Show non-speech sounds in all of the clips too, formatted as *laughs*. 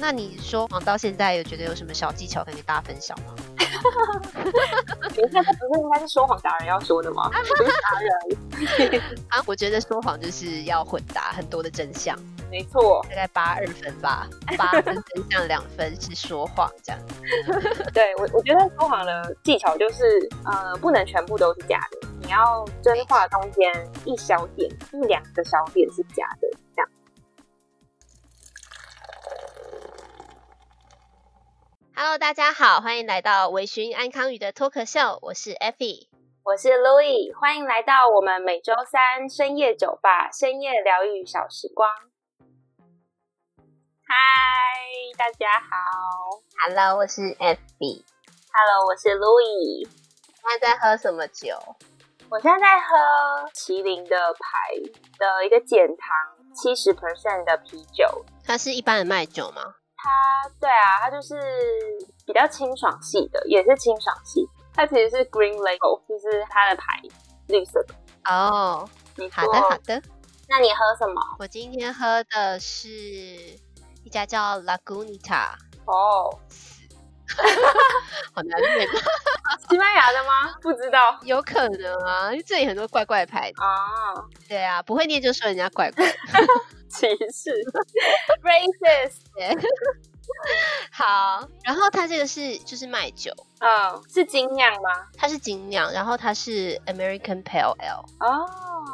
那你说谎到现在有觉得有什么小技巧可以给大家分享吗？等一下，这不是应该是说谎达人要说的吗？不是达人，啊，我觉得说谎就是要混搭很多的真相，没错，大概八二分吧，八分真相两分是说谎这样。对我我觉得说谎的技巧就是，呃，不能全部都是假的，你要真话中间一小点，一两个小点是假的，这样。 Hello，大家好，欢迎来到微醺安康鱼的脱壳秀，我是 Effie。我是 Louis，欢迎来到我们每周三深夜酒吧深夜疗愈小时光。嗨，大家好 Hello，我是 Effie。 ，Hello，我是 Louis，现在在喝什么酒？我现在在喝麒麟的牌的一个减糖七十 percent 的啤酒。它是一般的卖酒吗？它对啊，它就是比较清爽系的，也是清爽系。它其实是 Green Label，就是它的牌绿色的。哦、没错好，的好的，那你喝什么？我今天喝的是一家叫 Lagunita，哦，好难念，啊西班牙的吗？不知道 *laughs* 有可能啊，因为这里很多怪怪的牌子。啊。对啊，不会念就说人家怪怪。歧 *laughs* 视，racist，好，然后它这个是就是卖酒，嗯，是精酿吗？它是精酿，然后它是 American Pale Ale，哦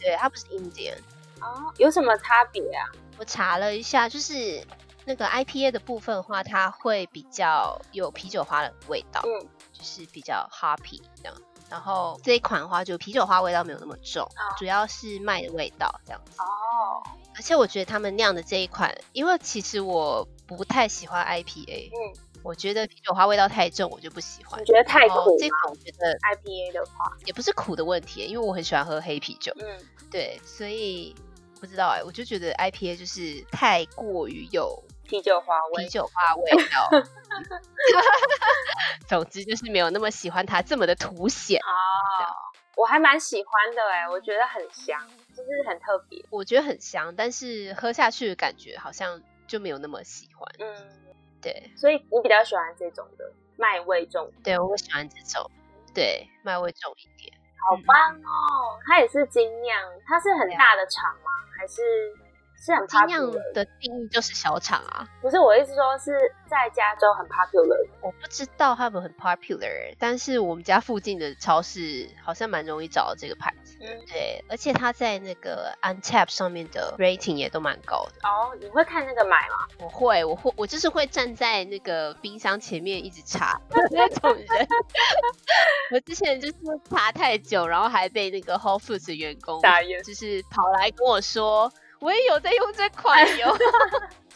对，它不是 Indian。哦，有什么差别啊？我查了一下，就是那个 IPA 的部分的话，它会比较有啤酒花的味道，嗯，就是比较 hoppy 这样。然后这一款的话，就啤酒花味道没有那么重，主要是麦的味道这样。哦，而且我觉得他们酿的这一款，因为其实我不太喜欢 IPA，嗯，我觉得啤酒花味道太重，我就不喜欢你。觉得太然后苦哦这吗款我觉得？IPA 的话，也不是苦的问题，因为我很喜欢喝黑啤酒，嗯，对，所以不知道哎、我就觉得 IPA 就是太过于有啤酒花啤味，酒花味道。 *laughs* 总之就是没有那么喜欢它这么的凸显。哦，我还蛮喜欢的哎，我觉得很香，就是很特别，我觉得很香，但是喝下去的感觉好像就没有那么喜欢。嗯，对，所以你比较喜欢这种的麦味重，对我喜欢这种，对麦味重一点。好棒哦，啊它也是精酿，它是很大的厂吗？还是是很精酿 popular 的定义就是小厂啊，不是我意思说是在加州很 popular 我不知道他们很 popular，但是我们家附近的超市好像蛮容易找到这个牌子。嗯对，而且它在那个 Untap 上面的 rating 也都蛮高的。哦，你会看那个买吗？我会，我会，我就是会站在那个冰箱前面一直查那种人。我之前就是查太久，然后还被那个 Whole Foods 的员工傻眼就是跑来跟我说，我也有在用这款 *laughs* 油。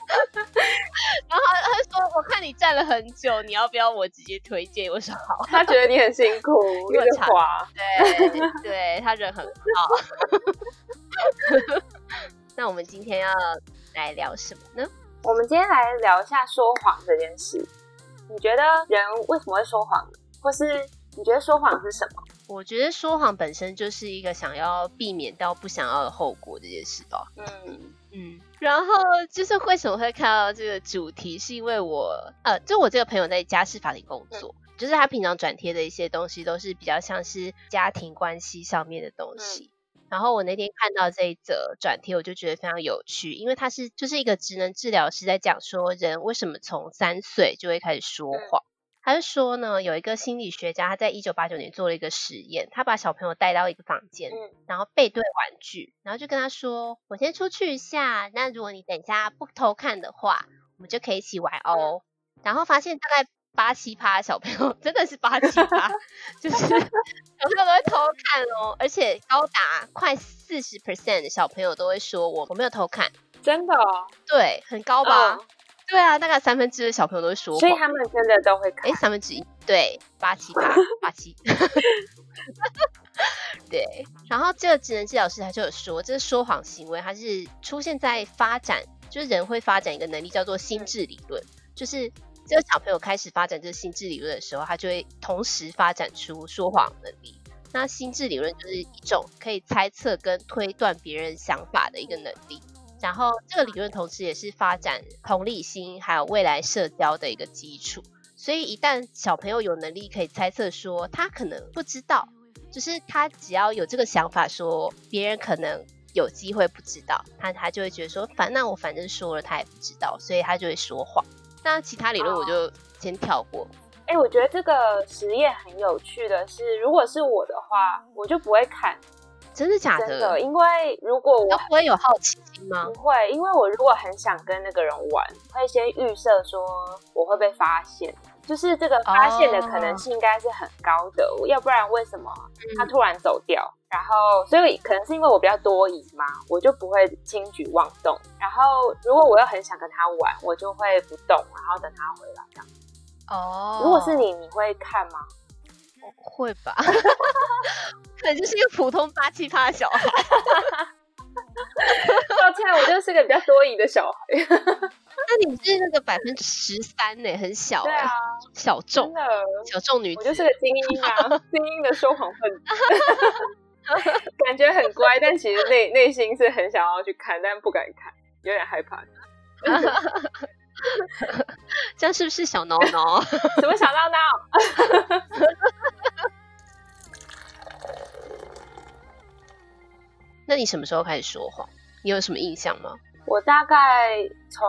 然后他说：“我看你站了很久，你要不要我直接推荐？”我说：“好。他觉得你很辛 *laughs* 苦，因为一直滑，对”对他人很好。 *laughs* 那我们今天要来聊什么呢？我们今天来聊一下说谎这件事。你觉得人为什么会说谎呢？或是你觉得说谎是什么？我觉得说谎本身就是一个想要避免到不想要的后果这件事吧。嗯嗯，然后就是为什么会看到这个主题，是因为我呃，就我这个朋友在家事法庭工作，就是他平常转贴的一些东西都是比较像是家庭关系上面的东西。然后我那天看到这一则转贴，我就觉得非常有趣，因为他是就是一个职能治疗师在讲说人为什么从三岁就会开始说嗯谎。他是说呢，有一个心理学家，他在一九八九年做了一个实验，他把小朋友带到一个房间，嗯然后背对玩具，然后就跟他说：“我先出去一下，那如果你等一下不偷看的话，我们就可以一起玩哦。然后发现大概八七趴小朋友 *laughs* 真的是八七趴，就是 *laughs* 小朋友都会偷看哦，而且高达快四十 percent 的小朋友都会说我我没有偷看，真的哦，对，很高吧？对啊，大概三分之一的小朋友都会说嗯谎，所以他们真的都会看哎，。三分之一，对，八七八八七。 *laughs* 对，然后这个职能治疗师他就有说，这是说谎行为，它是出现在发展，就是人会发展一个能力叫做心智理论，就是这个小朋友开始发展这个心智理论的时候，他就会同时发展出说谎能力。那心智理论就是一种可以猜测跟推断别人想法的一个能力。然后这个理论同时也是发展同理心还有未来社交的一个基础。所以一旦小朋友有能力可以猜测说他可能不知道，就是他只要有这个想法说别人可能有机会不知道，他他就会觉得说反那我反正说了他也不知道，所以他就会说谎。那其他理哦论我就先跳过。哎、我觉得这个实验很有趣的是，如果是我的话，我就不会看，真的假真的？的，因为如果都我不会有好奇心吗不？会，因为我如果很想跟那个人玩，会先预设说我会被发现，就是这个发现的哦可能性应该是很高的，要不然为什么嗯他突然走掉？然后，所以可能是因为我比较多疑嘛，我就不会轻举妄动。然后，如果我又很想跟他玩，我就会不动，然后等他回来这样。哦如果是你，你会看吗？会 *laughs* 吧，可能就是一个普通八七八的小孩。 *laughs* 抱歉，我就是个比较多疑的小孩。那你是那个百分之十三呢，很小、对欸，啊，小真众的，小众女我子。就是个精英啊，精英的说谎分子。 *laughs* 感觉很乖，但其实内内心是很想要去看，但不敢看，有点害怕。这样是不是小啊挠挠？怎么想到呢？ *laughs* 那你什么时候开始说谎？你有什么印象吗？我大概从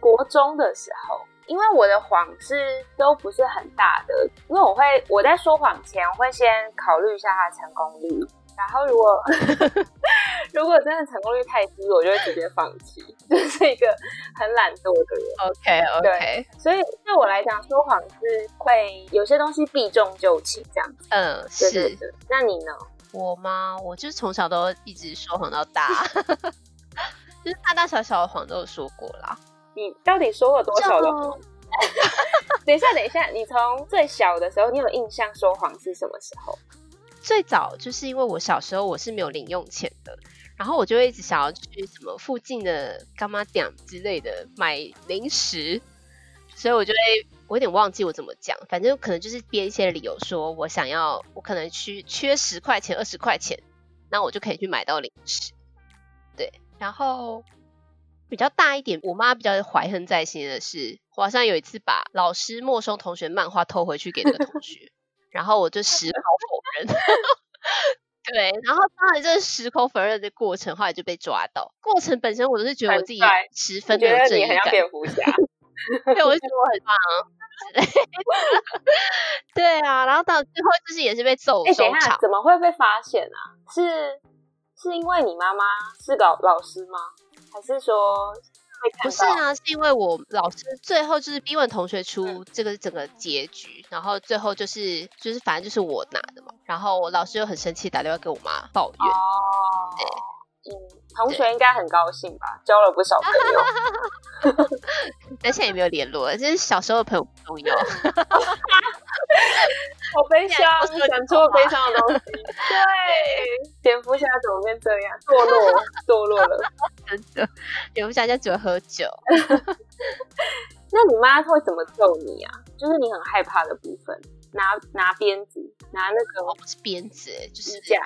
国中的时候，因为我的谎是都不是很大的，因为我会我在说谎前会先考虑一下它的成功率，然后如果 *laughs* 如果真的成功率太低，我就会直接放弃， *laughs* 就是一个很懒惰的人。 OK OK，所以对我来讲，说谎是会有些东西避重就轻这样子。嗯，对对是对，那你呢？我吗？我就是从小都一直说谎到大， *laughs* 就是大大小小的谎都有说过啦。哦你到底说了多少的就等一下，等一下，你从最小的时候，你有印象说谎是什么时候？最早就是因为我小时候我是没有零用钱的，然后我就会一直想要去什么附近的干妈店之类的买零食，所以我就会我有点忘记我怎么讲，反正可能就是编一些理由说我想要我可能去缺十块钱二十块钱，那我就可以去买到零食。对，然后比较大一点，我妈比较怀恨在心的是，我好像有一次把老师没收同学漫画偷回去给那个同学，然后我就矢口否认。 *laughs* 对，然后当然这矢口否认的过程，后来就被抓到。过程本身我都是觉得我很自己帅十我分的觉有得正你义很像感，蝙 *laughs* 蝠侠，对，我就觉得我很棒之 *laughs* 类的。对啊，然后到最后就是也是被揍哎、收等一下，场。怎么会被发现啊？是是因为你妈妈是老老师吗？还是说会看到？不是啊，是因为我老师最后就是逼问同学出这个整个结局，然后最后就是就是反正就是我拿的嘛，然后我老师又很生气，打电话跟我妈抱怨。哦，嗯，同学应该很高兴吧，交了不少 *laughs* 朋友。但现在也没有联络了，就是小时候的朋友不重 *laughs* 要。好悲现在伤，都是讲出了悲伤的东西。对，蝙蝠侠怎么变这样？堕落，堕落了。真的，留不下就只会喝酒。那你妈会怎么揍你啊？就是你很害怕的部分，拿拿鞭子，拿那我个不是鞭子、欸，就是衣架。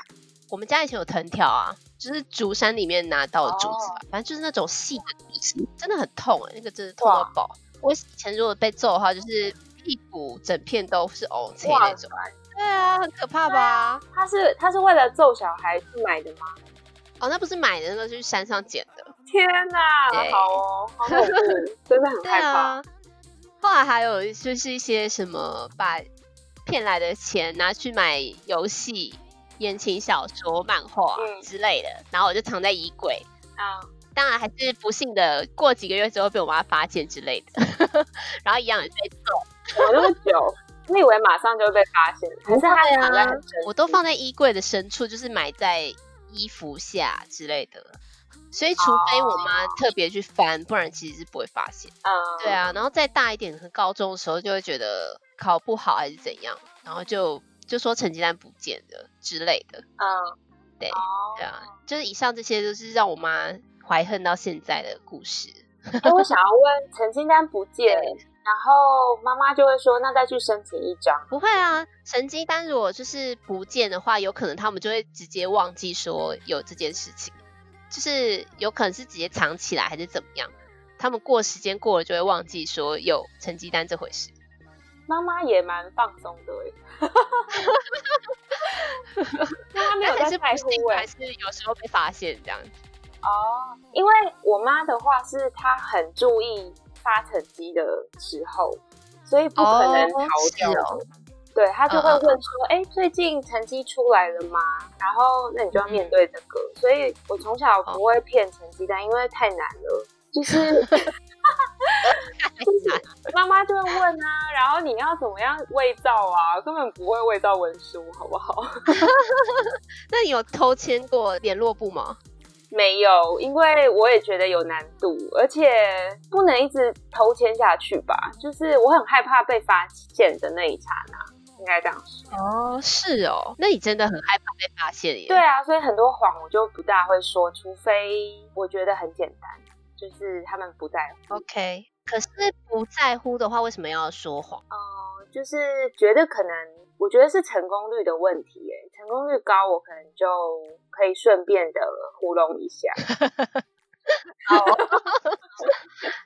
我们家以前有藤条啊，就是竹山里面拿到的竹子吧，反正就是那种细的竹子，真的很痛哎、那个真的痛到哇爆。我以前如果被揍的话，就是屁股整片都是凹陷哇那种。对啊，很可怕吧？他是他是为了揍小孩去买的吗？哦，那不是买的，那个就是山上捡的。天哪对，好哦，好 *laughs* 恐怖，真的很对害怕。啊，后来还有就是一些什么把骗来的钱拿去买游戏、言情小说、漫画嗯之类的，然后我就藏在衣柜。啊，当然还是不幸的，过几个月之后被我妈发现之类的， *laughs* 然后一样也被揍。怎么那么久？你以为马上就会被啊发现，还是他藏在很深？我都放在衣柜的深处，就是埋在衣服下之类的。所以，除非我妈特别去翻，不然其实是不会发现。嗯，对，啊，然后再大一点，可能高中的时候就会觉得考不好还是怎样，然后就就说成绩单不见了之类的。嗯，对哦对啊，就是以上这些都是让我妈怀恨到现在的故事。哎，我想要问，成绩单不见， *laughs* 然后妈妈就会说，那再去申请一张。不会啊，成绩单如果就是不见的话，有可能他们就会直接忘记说有这件事情，就是有可能是直接藏起来还是怎么样，他们过时间过了就会忘记说有成绩单这回事。妈妈也蛮放松的 *laughs* 哎、妈妈没有但在是不在幸乎哎、还是有时候被发现这样子。哦，因为我妈的话是她很注意发成绩的时候，所以不可能逃掉哦是的。哦对她就会嗯嗯问说：“哎、最近成绩出来了吗？”然后那你就要面对这个。所以我从小不会骗成绩单，因为太难了。就是 *laughs* 妈妈就会问啊，然后你要怎么样伪造啊？根本不会伪造文书，好不好？那你有偷签过联络簿吗？没有，因为我也觉得有难度，而且不能一直偷签下去吧。就是我很害怕被发现的那一刹那，应该这样说。哦，是哦，那你真的很害怕被发现耶。对啊，所以很多谎我就不大会说，除非我觉得很简单，就是他们不在乎。 ，OK。可是不在乎的话，为什么要说谎？嗯，就是觉得可能，我觉得是成功率的问题耶。成功率高，我可能就可以顺便的糊弄一下。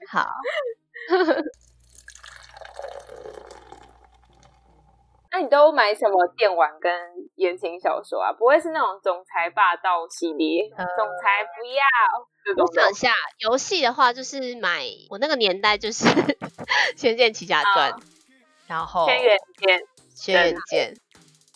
好，那你都买什么电玩跟言情小说啊？不会是那种总裁霸道系列？总裁不要这呃种我想的一下，游戏的话就是买我那个年代就是 *laughs* 《仙剑奇侠传》然后《轩辕嗯剑》轩辕剑、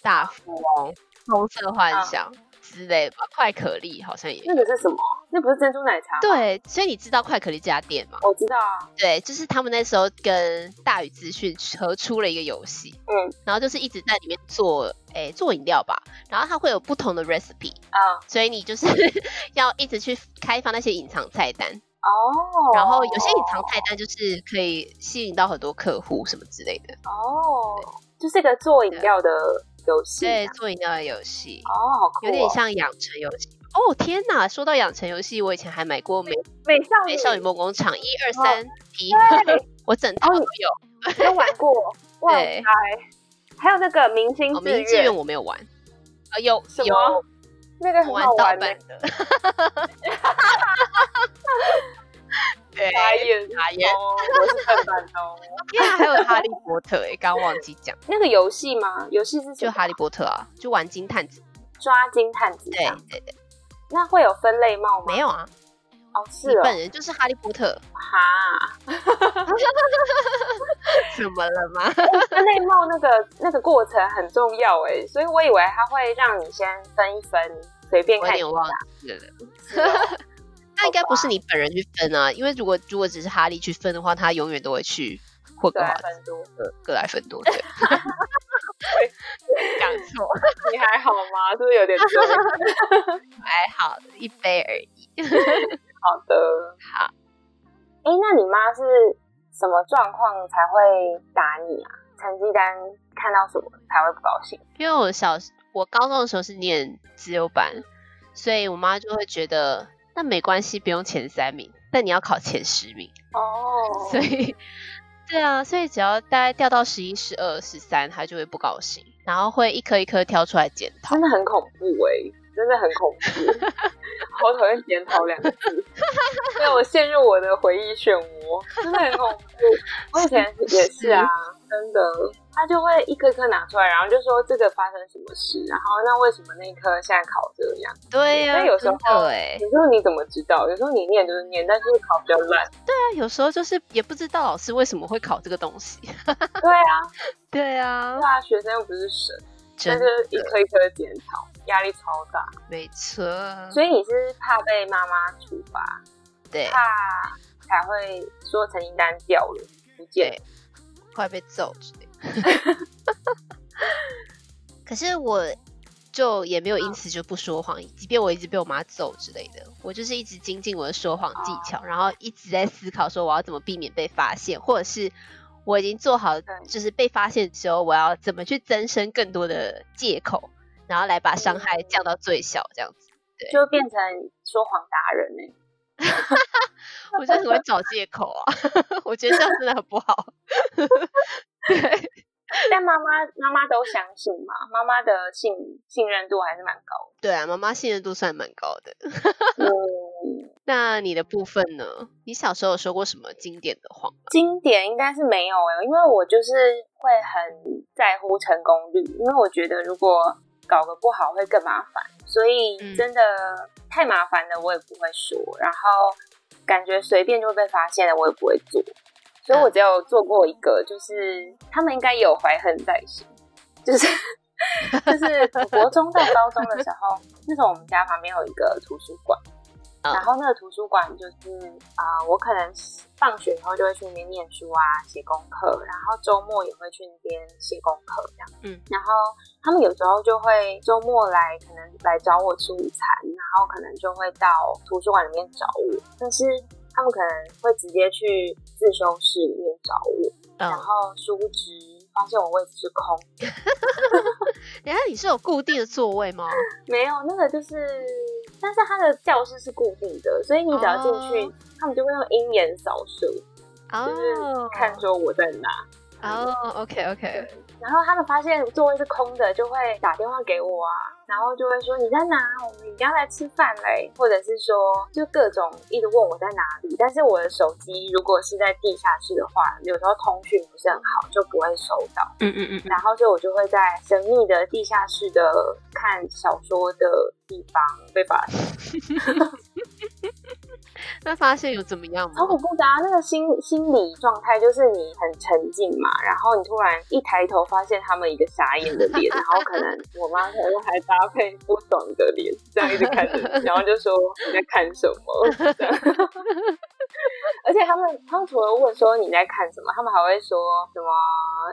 大富翁、红色幻嗯想之类吧，快可丽好像也有。那个是什么？那不是珍珠奶茶吗？，对，所以你知道快可丽这家店吗？我知道啊。对，就是他们那时候跟大宇资讯合出了一个游戏，嗯然后就是一直在里面做，诶、做饮料吧，然后它会有不同的 recipe，啊所以你就是 *laughs* 要一直去开发那些隐藏菜单，哦，然后有些隐藏菜单就是可以吸引到很多客户什么之类的。哦，就是一个做饮料的游戏对，啊。做饮料的游戏哦，好酷、哦！有点像养成游戏。哦天哪！说到养成游戏，我以前还买过美《美少美女，少女梦工厂》一二三皮，哦对，哦我整套都有。都玩过，我有 *laughs* 对猜。还有那个明星哦，《志明愿星，志愿》我没有玩，啊有什有么那个很玩好盗玩的版， *laughs* 的。对，傻眼傻眼哦，我是笨蛋哦。天啊，还有《哈利波特》哎，刚忘记讲，那个游戏吗？游戏是什就么《哈利波特》啊，就玩金探子。抓金探子对吗，对对，啊那会有分类帽吗？没有啊，哦，是你哦，本人就是哈利波 *laughs* 特，哈，怎么了吗？分类帽那个 *laughs* 那个过程很重要哎，所以我以为它会让你先分一分，随便我有看一点下。忘记了。是哦那应该不是你本人去分啊，因为如果如果只是哈利去分的话，他永远都会去霍格对啊华，分多，兹格莱芬 *laughs* 多。对，讲错，你还好吗？ *laughs* 是不是有点多？ *laughs* 还好一杯而已。好的， *laughs* 好，哎，那你妈是什么状况才会打你啊？成绩单看到什么才会不高兴？因为我小我高中的时候是念自由班，所以我妈就会觉得那没关系，不用前三名，但你要考前十名。哦所以，对啊，所以只要大概掉到十一、十二、十三，她就会不高兴，然后会一颗一颗挑出来检讨真。的很恐怖哎、真的很恐 *laughs* 怖，好讨厌“检讨”两个字，让我陷入我的回忆漩涡，真的很恐怖。我以前也是啊，真的，他就会一颗颗拿出来，然后就说这个发生什么事，然后那为什么那一颗现在考这样？对呀、所以有时候真的欸有时候你怎么知道？有时候你念就是念，但是考比较烂。那啊有时候就是也不知道老师为什么会考这个东西。 *laughs* 对啊，对啊对，啊，学生又不是神，但真的是一颗一颗的检讨，压力超大。没错。所以你是怕被妈妈处罚？对怕才会说成绩单掉了不见对，快被揍之类的。可是我就也没有因此就不说谎，即便我一直被我妈揍之类的，我就是一直精进我的说谎技巧，然后一直在思考说我要怎么避免被发现，或者是我已经做好对就是被发现之后，我要怎么去增生更多的借口，然后来把伤害降到最小，这样子。对就变成说谎达人欸呢、我觉得 *laughs* 很会找借口啊，我觉得这样真的很不好。对，但妈妈妈妈都相信嘛，妈妈的信信任度还是蛮高的。对啊，妈妈信任度算蛮高的。嗯，那你的部分呢？你小时候有说过什么经典的谎吗？经典应该是没有哎、因为我就是会很在乎成功率，因为我觉得如果搞个不好会更麻烦，所以嗯真的太麻烦的我也不会说，然后感觉随便就会被发现的我也不会做，所以我只有做过一个，就是他们应该也有怀恨在心， *laughs* 就是就是国中到高中的时候，那时候我们家旁边有一个图书馆。嗯然后那个图书馆就是啊、呃我可能放学以后就会去那边念书啊，写功课，然后周末也会去那边写功课这样。嗯，然后他们有时候就会周末来，可能来找我吃午餐，然后可能就会到图书馆里面找我，但是他们可能会直接去自修室里面找我，然嗯，后殊不知发现我位置是空，然后你是有固定的座位吗？没有，那个就是，但是它的教室是固定的，所以你只要进去，哦他们就会用鹰眼扫射，就是哦，嗯看说我在哪。哦，OK OK，然后他们发现座位是空的，就会打电话给我啊，然后就会说你在哪？我们你要来吃饭嘞，或者是说就各种一直问我在哪里。但是我的手机如果是在地下室的话，有时候通讯不是很好，就不会收到。嗯嗯嗯，然后就我就会在神秘的地下室的看小说的地方被发现，那发现有怎么样吗超？恐怖的啊！那个心心理状态就是你很沉静嘛，然后你突然一抬头发现他们一个傻眼的 *laughs* 脸，然后可能我妈可能还搭配不爽的脸，这样一直看着 *laughs* 你，然后就说你在看什么？ *laughs* 这样而且他们他们除了问说你在看什么，他们还会说什么？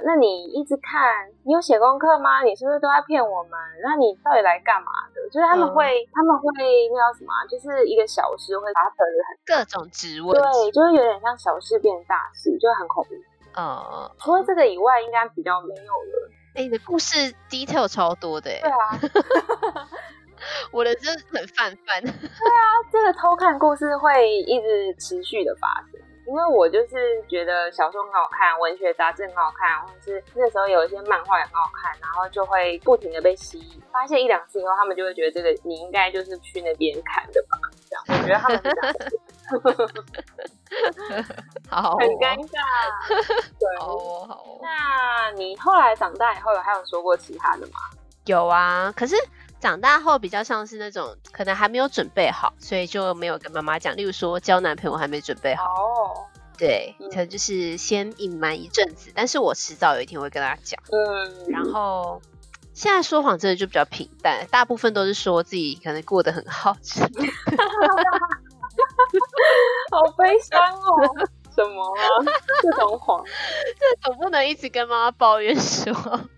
那你一直看，你有写功课吗？你是不是都在骗我们？那你到底来干嘛的？就是他们嗯会、他们会那叫什么啊？就是一个小时会把它分得很各种质问，对，就是有点像小事变大事，就很恐怖。哦，除了这个以外，应该比较没有了。哎、你的故事 detail 超多的、对欸， *laughs* 啊，我的真的很泛泛。这个偷看故事会一直持续的发生。因为我就是觉得小说很好看，文学杂志很好看，或者是那时候有一些漫画也很好看，然后就会不停的被吸引。发现一两次以后，他们就会觉得这个你应该就是去那边看的吧？这样，我觉得他们是这样好，哦很尴尬。好对，哦，好哦。那你后来长大以后，有还有说过其他的吗？有啊，可是长大后比较像是那种可能还没有准备好，所以就没有跟妈妈讲。例如说交男朋友还没准备好，哦，对，嗯可能就是先隐瞒一阵子，但是我迟早有一天会跟他讲。嗯，然后现在说谎真的就比较平淡，大部分都是说自己可能过得很好之类的 *laughs* 好悲伤哦！什么啊？这种谎，总不能一直跟妈妈抱怨说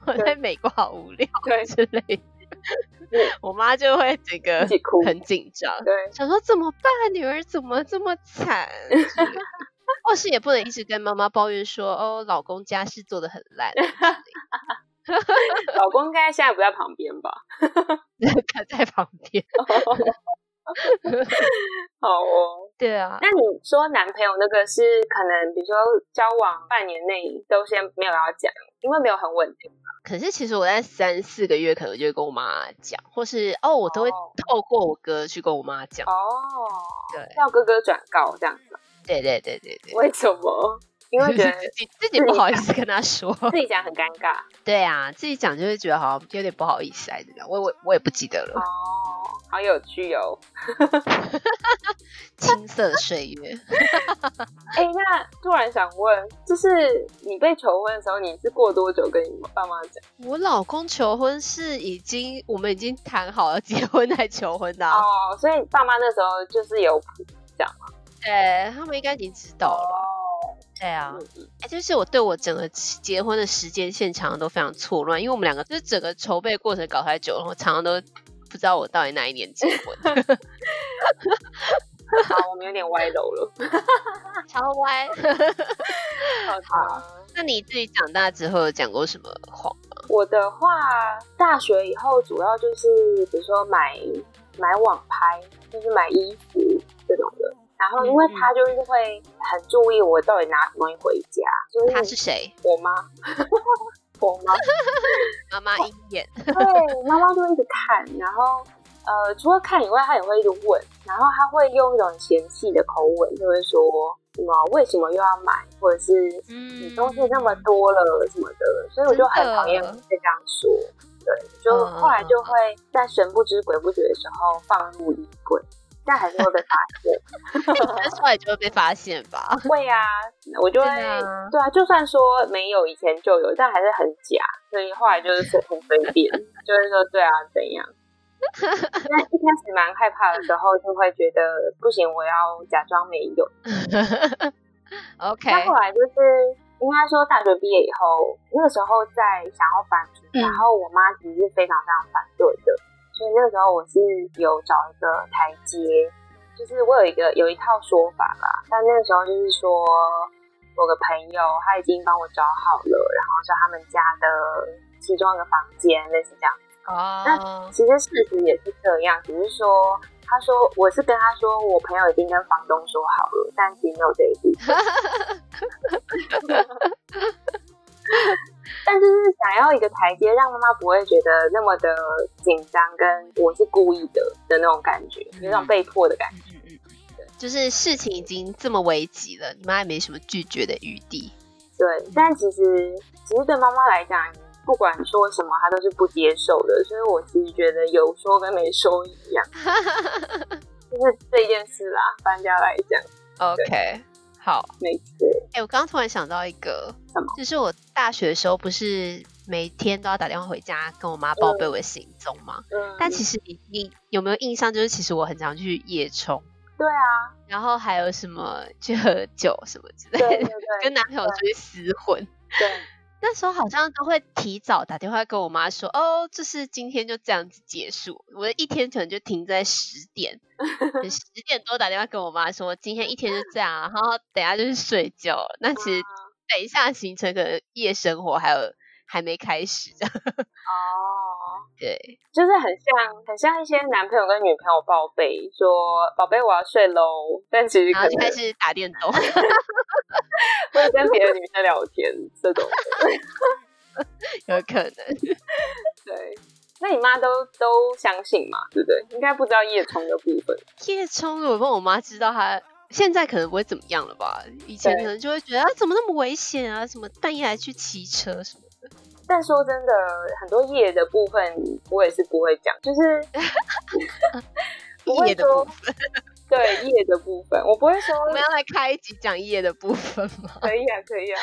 我在美国好无聊对，之类的，我妈就会整自个己哭，很紧张，对，想说怎么办，女儿怎么这么 *laughs* 惨之类的？或是也不能一直跟妈妈抱怨说哦，老公家事做的很 *laughs* 烂， *laughs* 老公应该现在不在旁边吧？ *laughs* 他在旁边。好哦，对啊，那你说男朋友那个是可能，比如说交往半年内都先没有要讲，因为没有很稳定。可是其实我在三四个月可能就会跟我妈讲，或是哦，我都会哦透过我哥去跟我妈讲。哦，对要哥哥转告这样子，对对对对对，为什么？因为觉得 *laughs* 自己自己不好意思跟他说。 *laughs* 自己讲很尴尬。对啊，自己讲就会觉得好像有点不好意思还是怎么样，我我我也不记得了，哦，好有趣哦。青涩岁月。哎、那突然想问，就是你被求婚的时候，你是过多久跟你爸妈讲？我老公求婚是已经我们已经谈好了结婚再求婚的、啊，哦，所以爸妈那时候就是有谱对他们应该已经知道了吧？哦，对啊，嗯嗯哎、就是我对我整个结婚的时间线常常都非常错乱，因为我们两个就是整个筹备过程搞太久了，我常常都不知道我到底哪一年结婚，好，我们有点歪楼 *laughs* 了。 *laughs* 超歪。好的， *laughs* 那你自己长大之后有讲过什么谎？我的话，大学以后主要就是比如说买买网拍，就是买衣服这种的。然后，因为他就是会很注意我到底拿什么东西回家，所以他是谁？ *laughs* 我妈，婆吗？妈妈鹰眼，对，妈妈就一直看，然后呃，除了看以外，她也会一直问，然后她会用一种嫌弃的口吻，就会说什么为什么又要买，或者是嗯你东西那 *laughs* 么多了什么的，所以我就很讨厌真的被这样说。对，就嗯嗯后来就嗯会在神不知鬼不觉的时候放入衣柜，但还是会被发现。但出来就会被发现吧？ *laughs* 会呀、我就会对啊对啊，就算说没有以前就有，但还是很假，所以后来就是随很随便， *laughs* 就是说对啊怎样。那一开始蛮害怕的时候，就会觉得不行，我要假装没有。 *laughs* OK，但后来就是应该说大学毕业以后，那个时候在想要搬出，嗯然后我妈其实是非常非常反对的，所以那个时候我是有找一个台阶，就是我有一个有一套说法啦，但那个时候就是说。我个朋友他已经帮我找好了，然后找他们家的其中一个房间，类似这样。哦，其实事实也是这样，只是说他说我是跟他说我朋友已经跟房东说好了，但其实没有这一步。但就是想要一个台阶，让妈妈不会觉得那么的紧张，跟我是故意的的那种感觉，有种被迫的感觉。嗯嗯嗯，就是事情已经这么危急了，你妈也没什么拒绝的余地。对，但其实其实对妈妈来讲，不管说什么，她都是不接受的。所以我其实觉得有说跟没说一 *laughs* 样，就是这件事啦，搬家来讲， OK，好，没错。哎、我刚刚突然想到一个什么，就是我大学的时候不是每天都要打电话回家跟我妈报备我的行踪吗？嗯，但其实你你有没有印象？就是其实我很常去夜冲，对啊，然后还有什么去喝酒什么之类对对的，*laughs* 对跟男朋友出去厮混。对，那时候好像都会提早打电话跟我妈说，哦，就是今天就这样子结束，我的一天可能就停在十 *laughs* 点，十点多打电话跟我妈说今天一天就这样，然后等一下就是睡觉了。那其实嗯等一下行程可能夜生活还有还没开始这样，哦， *laughs* 对，就是很像很像一些男朋友跟女朋友报备说“宝贝，我要睡喽”，但其实然可后就开能始打电 *laughs* 动。会跟别的女生聊天这种。有可能，对， *laughs* 那你妈都都相信嘛？对不对？应该不知道夜冲的部分。夜冲如果问我妈知道她现在可能不会怎么样了吧，以前对可能就会觉得啊怎么那么危险啊，什么半夜还去骑车什么的，但说真的，很多夜的部分我也是不会讲，就是 *laughs* 不会夜的部说 *laughs* 对夜的部分，我不会说我们要来开一集讲夜的部分吗？可以啊，可以啊，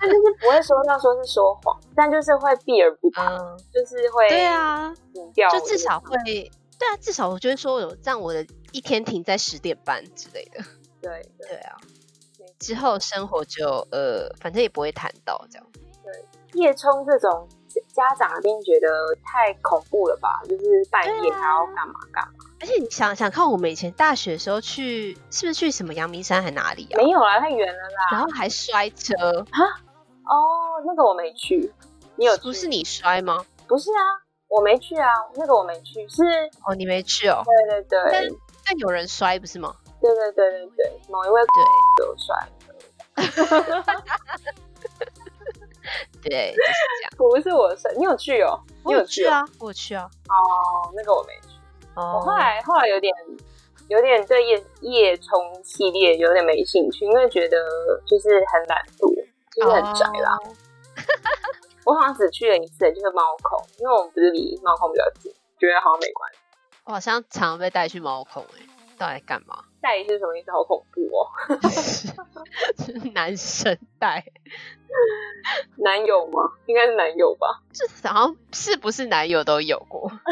但就是不会说到说是说谎，但就是会避而不谈，嗯，就是会对啊，隐掉这就个，至少会，对啊，至少我就会说有让我的一天停在十点半之类的。对对对啊，之后生活就呃，反正也不会谈到这样。夜冲这种家长一定觉得太恐怖了吧？就是半夜对啊还要干嘛干嘛？而且你想想看，我们以前大学的时候去，是不是去什么阳明山还哪里啊？没有啦，太远了啦。然后还摔车，哦，那个我没去，你有去不是你摔吗？不是啊，我没去啊，那个我没去，是哦，你没去哦。对对对但但有人摔不是吗？对对对对对，某一位对有帅， *laughs* *laughs* 对，就是这样。不是我帅，你有去哦？你我有去去哦？啊，我有去啊。哦，那个我没去。我哦后来后来有点有点对夜夜冲系列有点没兴趣，因为觉得就是很懒惰，就是很宅啦。哦我好像只去了一次，就是猫空，因为我们不是离猫空比较近，觉得好像没关系。我好像常常被带去猫空哎、到底在干 *laughs* 嘛？代理是什么意思？好恐怖哦！ *laughs* 男生带， *laughs* 男友吗？应该是男友吧，这好像是不是男友都有过？开始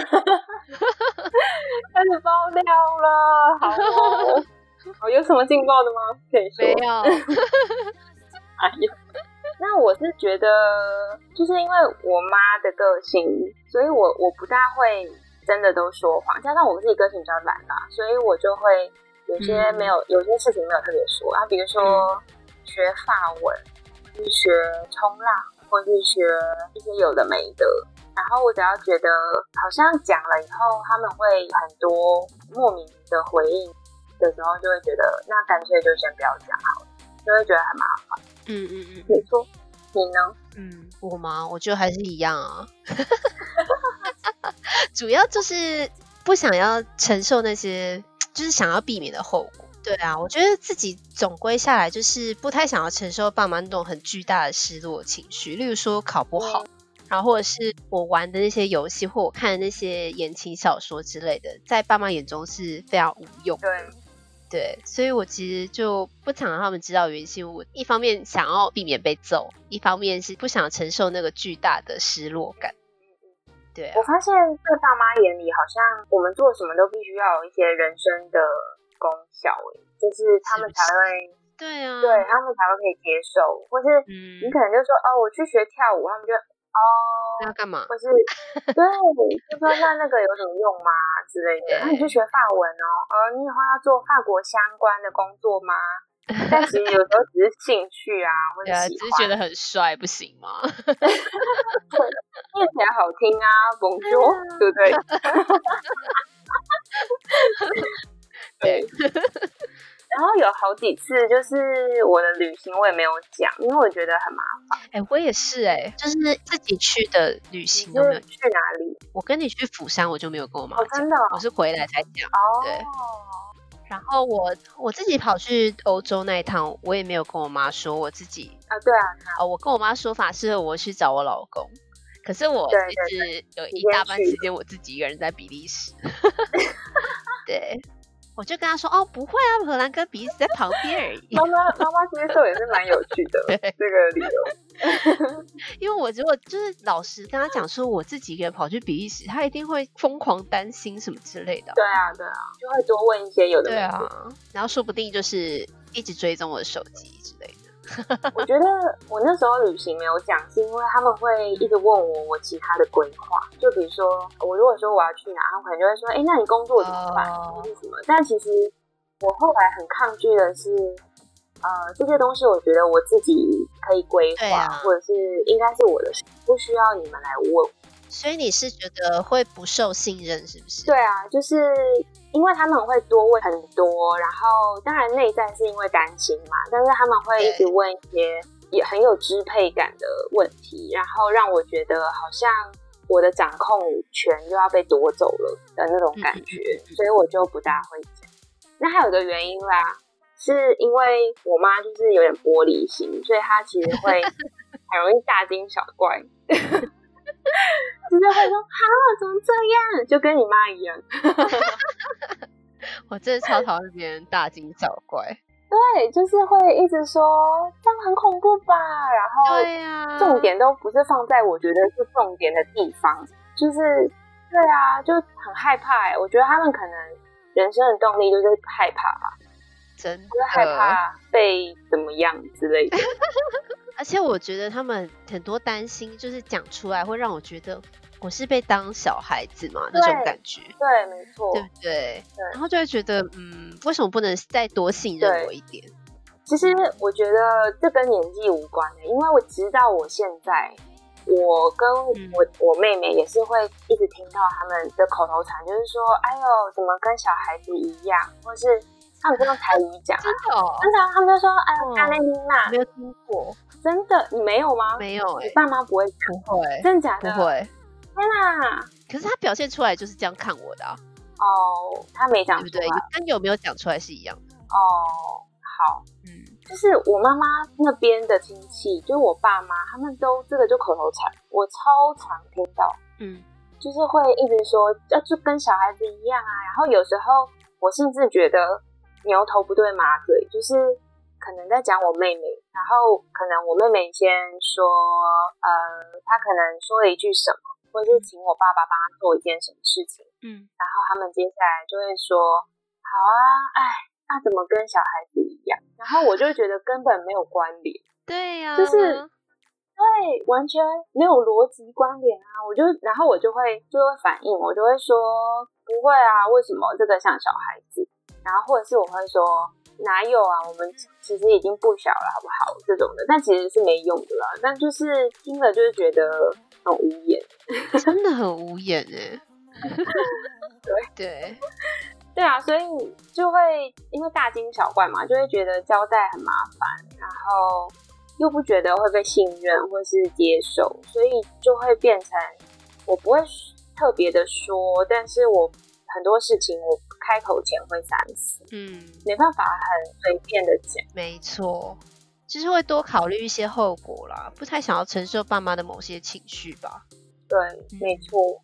爆料了，好哦。 *laughs* 好，有什么劲爆的吗？可以说。有，哎呀， *laughs* 那我是觉得，就是因为我妈的个性，所以我我不大会真的都说谎，加上我自己个性比较懒啦，所以我就会有些嗯没有、有些事情没有特别说啊，比如说学法文，就是学冲浪，或是学一些有的没的。然后我只要觉得好像讲了以后，他们会很多莫名的回应的时候，就会觉得那干脆就先不要讲好了，就会觉得很麻烦。嗯嗯嗯，没错，你呢？嗯，我吗？我觉得还是一样啊， *laughs* 主要就是不想要承受那些，就是想要避免的后果。对啊，我觉得自己总归下来就是不太想要承受爸妈那种很巨大的失落情绪，例如说考不好，然后或者是我玩的那些游戏或我看的那些言情小说之类的，在爸妈眼中是非常无用的。对，对，所以我其实就不想让他们知道原因。我一方面想要避免被揍，一方面是不想承受那个巨大的失落感。对啊我，发现在爸妈眼里，好像我们做什么都必须要有一些人生的功效，哎，就是他们才会对啊，对他们才会可以接受，或是嗯你，可能就说哦，我去学跳舞，他们就哦，那要啊干嘛？或是对，就说那那个有什么用吗之类的？啊那你去学法文哦，呃，你以后要做法国相关的工作吗？但其实有时候只是兴趣啊，或对者啊，只喜是觉欢，得很帅，不行吗？ *laughs* 念起来好听啊，Bonjour，对不对？对，然后有好几次就是我的旅行我也没有讲，因为我觉得很麻烦，哎、我也是哎、就是自己去的旅行就有没有是？去哪里我跟你去釜山，我就没有跟我妈哦，讲，真的哦我是回来才讲。对哦，然后我我自己跑去欧洲那一趟，我也没有跟我妈说我自己啊，对啊，哦，我跟我妈说法是我去找我老公，可是我对其实有你一先大半去时间我自己一个人在比利 *laughs* 时。对，我就跟她说哦，不会啊，荷兰跟比利时在旁边而已。 *laughs* 妈妈妈妈接受也是蛮有趣的对，这个理由，因为我如果就是老实跟她讲说我自己一个人跑去比利时，她一定会疯狂担心什么之类的。对啊对啊，就会多问一些有的没对的啊，然后说不定就是一直追踪我的手机之类的。 *laughs* 我觉得我那时候旅行没有讲，是因为他们会一直问我我其他的规划，就比如说我如果说我要去哪，他们可能就会说，哎、那你工作怎么办，哦或者是什么？但其实我后来很抗拒的是，呃，这些东西我觉得我自己可以规对划，啊或者是应该是我的事，不需要你们来问。所以你是觉得会不受信任是不是？对啊，就是因为他们会多问很多，然后当然内在是因为担心嘛，但是他们会一直问一些也很有支配感的问题，然后让我觉得好像我的掌控权又要被夺走了的那种感觉，所以我就不大会讲。那还有一个原因啦，是因为我妈就是有点玻璃心，所以她其实会很容易大惊小怪。 *laughs* 就是会说哈，怎么这样？就跟你妈一样，我真的超讨厌别人大惊小怪。对，就是会一直说这样很恐怖吧，然后对啊呀、哦重点都不是放在我觉得是重点的地方，就是对啊，就很害怕、欸。我觉得他们可能人生的动力就是害怕吧，真就是的害嗯怕被怎么样之 *laughs* 类的。而且我觉得他们很多担心，就是讲出来会让我觉得我是被当小孩子嘛那种对感觉，对，没错对。不对？对然后就会觉得，嗯，为什么不能再多信任对我一点？其实我觉得这跟年纪无关的，因为我直到我现在，我跟嗯我我妹妹也是会一直听到他们的口头禅，就是说，哎呦，怎么跟小孩子一样，或是他们是用台语讲啊，真的、哦？真的啊、他们就说，哎嗯呦，阿内琳娜没，有听过？真的，你没有吗？没有哎、你爸妈不会讲，不会，真的假不的？会。天哪！可是他表现出来就是这样看我的、啊，哦，他没讲对不出对来。？跟有没有讲出来是一样的。哦，好，嗯，就是我妈妈那边的亲戚，就是我爸妈，他们都这个就口头禅，我超常听到。嗯，就是会一直说，要就跟小孩子一样啊。然后有时候我甚至觉得牛头不对马嘴，就是可能在讲我妹妹，然后可能我妹妹先说，呃，她可能说了一句什么，或是请我爸爸帮她做一件什么事情，嗯，然后他们接下来就会说，好啊，哎，那怎么跟小孩子一样？然后我就觉得根本没有关联。对呀、就是对，完全没有逻辑关联啊！我就然后我就会就会反应，我就会说不会啊，为什么这个像小孩子？然后或者是我会说哪有啊，我们其实已经不小了，好不好？这种的，但其实是没用的啦。但就是听了就是觉得很无言。真的很无眼 *laughs* 哎、对对，对啊，所以就会因为大惊小怪嘛，就会觉得交代很麻烦，然后又不觉得会被信任或是接受，所以就会变成我不会特别的说，但是我很多事情我开口前会三思，嗯，没办法很随便的讲。没错，就是会多考虑一些后果啦，不太想要承受爸妈的某些情绪吧。对，没错，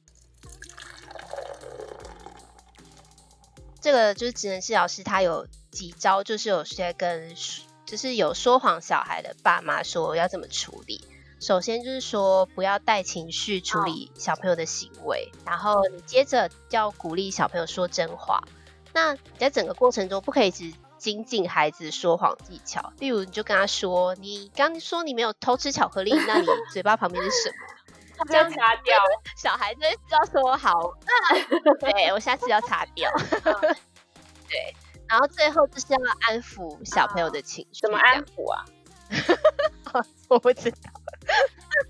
这个就是职能治疗师他有几招，就是有些跟就是有说谎小孩的爸妈说要怎么处理。首先就是说不要带情绪处理小朋友的行为，然后你接着要鼓励小朋友说真话。那你在整个过程中不可以只精进孩子说谎技巧，例如你就跟他说：“你刚说你没有偷吃巧克力，那你嘴巴旁边是什么？”他这样擦掉，小孩就会知道说 *laughs* 好，对我下次要擦 *laughs* 掉。对，然后最后就是要安抚小朋友的情绪。怎么安抚啊？我不知道，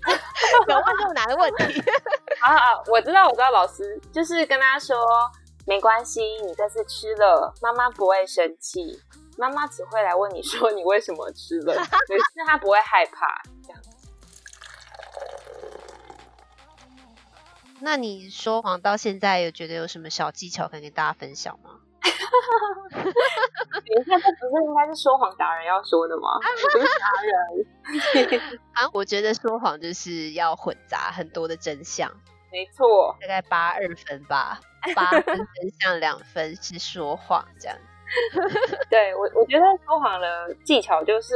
*laughs* 有问这么难的问题？好好，啊我知道，我知道，老师就是跟他说没关系，你这次吃了，妈妈不会生气，妈妈只会来问你说你为什么吃了，对那他不会害怕这样。 *laughs* 那你说谎到现在，有觉得有什么小技巧可以跟大家分享吗？你看，这不是应该是说谎达人要说的吗？不是达人，啊，我觉得说谎就是要混杂很多的真相，没错，大概八二分 *laughs* 吧，八分真相，两分是说谎这样。对我我觉得说谎的技巧就是，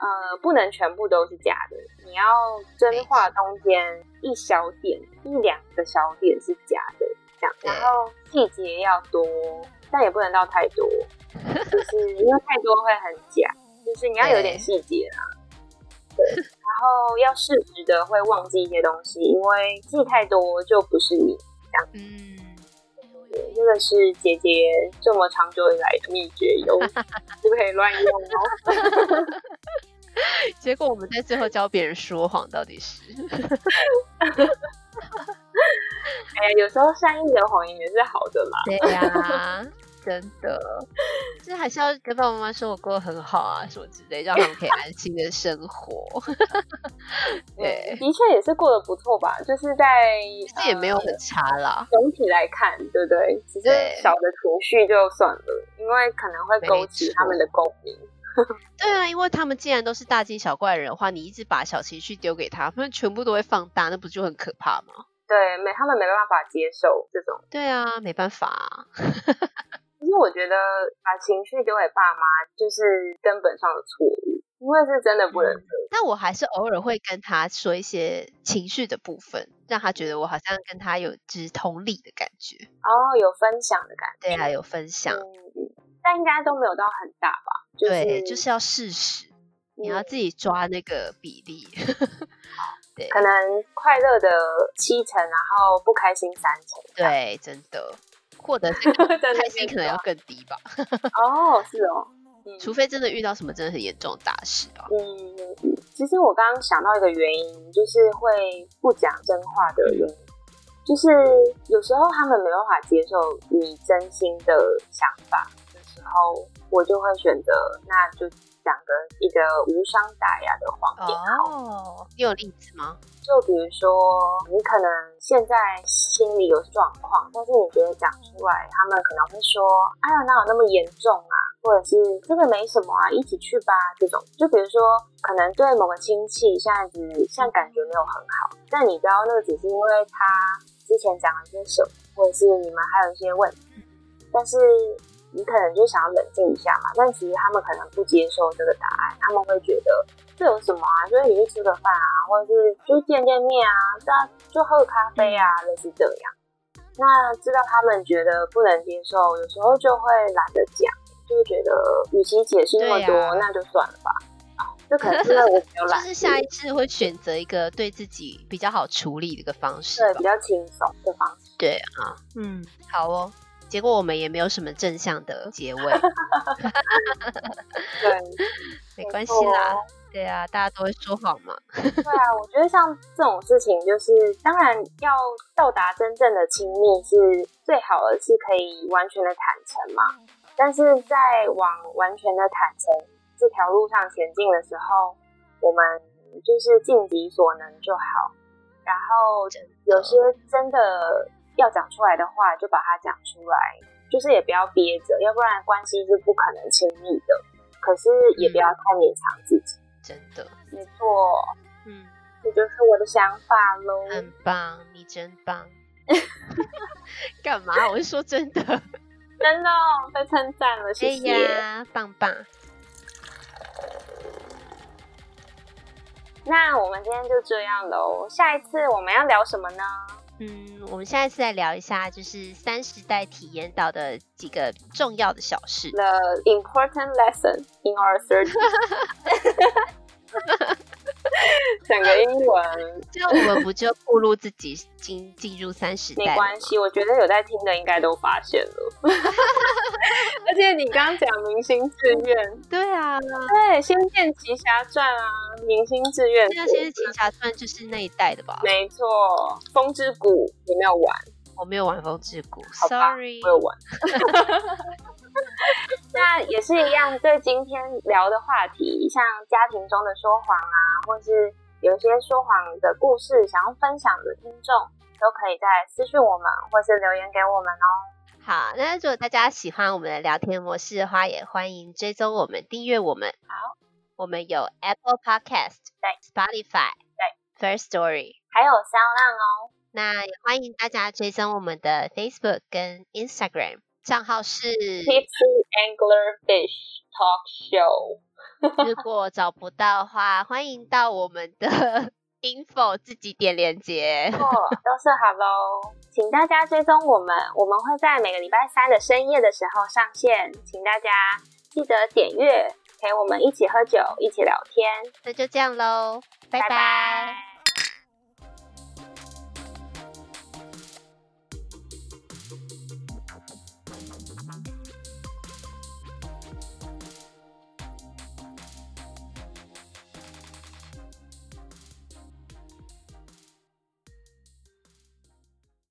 呃，不能全部都是假的，你要真话中间一小点、一两个小点是假的，这样，对然后细节要多，但也不能到太多，就是因为太多会很假，就是你要有点细节啦。对，然后要适时的会忘记一些东西，因为记太多就不是你。嗯，对这个是姐姐这么长久以来的秘诀哟，就可以乱用哦。结果我们在最后教别人说谎，到底是哎呀，有时候善意的谎言也是好的啦。对呀、 *laughs* 真的，这还是要跟爸爸妈妈说我过得很好啊，什么之类，让他们可以安心的生活。对嗯，的确也是过得不错吧，就是在这也没有呃很差啦，总体来看，对不对？只是对小的情绪就算了，因为可能会勾没起错他们的共鸣。对啊，因为他们既然都是大惊小怪人的话，你一直把小情绪丢给他，他们全部都会放大，那不就很可怕吗？对，没他们没办法接受这种。对啊，没办法、啊，其实我觉得把情绪丢给爸妈就是根本上的错误，因为是真的不能嗯这样。但我还是偶尔会跟他说一些情绪的部分，让他觉得我好像跟他有就是同理的感觉。哦，有分享的感觉。对啊，有分享，嗯，但应该都没有到很大吧？就是、对，就是要事实，你要嗯自己抓那个比例。对可能快乐的七成，然后不开心三成。对，真的，获得这个 *laughs* 真的哦开心是可能要这更低吧，样哦，是哦，嗯除非真的遇到什么真的很严重的大事啊。嗯，嗯嗯其实我刚刚想到一个原因，就是会不讲真话的人，就是有时候他们没办法接受你真心的想法的时候，我就会选择那就讲个一个无伤大雅的谎言好了哦，你有例子吗？就比如说，你可能现在心里有状况，但是你觉得讲出来，他们可能会说：“哎呀，哪有那么严重啊？”或者是“这个没什么啊，一起去吧。”这种，就比如说，可能对某个亲戚现在只现在感觉没有很好，但你知道那个只是因为他之前讲了些什么，或者是你们还有一些问题，但是。你可能就想要冷静一下嘛，但其实他们可能不接受这个答案，他们会觉得这有什么啊？就是你去吃个饭啊，或者是就是见见面啊，那就喝个咖啡啊，类似这样。那知道他们觉得不能接受，有时候就会懒得讲，就会觉得与其解释那么多，对啊那就算了 *laughs* 吧。啊，这可能是因为我比较就懒，是下一次会选择一个对自己比较好处理的一个方式对吧比。较轻松的方式。对啊，嗯，好哦。结果我们也没有什么正向的结 *laughs* 尾，对， *laughs* 没关系错哦啦。对啊，大家都会说谎嘛。对啊，我觉得像这种事情，就是当然要到达真正的亲密是最好的，是可以完全的坦诚嘛。但是在往完全的坦诚这条路上前进的时候，我们就是尽己所能就好。然后有些真的要讲出来的话，就把它讲出来，就是也不要憋着，要不然关系是不可能亲密的。可是也嗯不要太勉强自己，真的，没错，嗯，这就是我的想法喽。很棒，你真 *laughs* 棒。 *laughs* 干嘛？我是说真的。真的、哦、被称赞了，谢谢。哎呀，棒棒！那我们今天就这样喽，下一次我们要聊什么呢？嗯，我们下一次来聊一下，就是三十代体验到的几个重要的小事。 The important lesson in our *laughs* thirties。整个英文，这样我们不就暴露自己进进入三十代？没关系，我觉得有在听的应该都发现 *laughs* 了。而且你刚刚讲明星志愿，对啊，对《仙剑奇侠传》啊，明星志愿，那其实《啊奇侠传》就是那一代的吧？没错，《风之谷》你没有玩？我没有玩《风之谷》，sorry，我有玩。那也是一样，对今天聊的话题，像家庭中的说谎啊，或是有一些说谎的故事想要分享的听众，都可以在私讯我们，或是留言给我们哦。好，那如果大家喜欢我们的聊天模式的话，也欢迎追踪我们、订阅我们。好，我们有 Apple Podcast、对 Spotify、对 First Story，还有三浪哦。那也欢迎大家追踪我们的 Facebook 跟 Instagram。账号 *laughs* 是 Tipsy Angler Fish Talk Show。如果找不到的话，欢迎到我们的 *laughs* info 自己点连接。错，都是 Hello，请大家追踪我们，我们会在每个礼拜三的深夜的时候上线，请大家记得点阅，陪我们一起喝酒，一起聊天。那就这样喽，拜拜。拜拜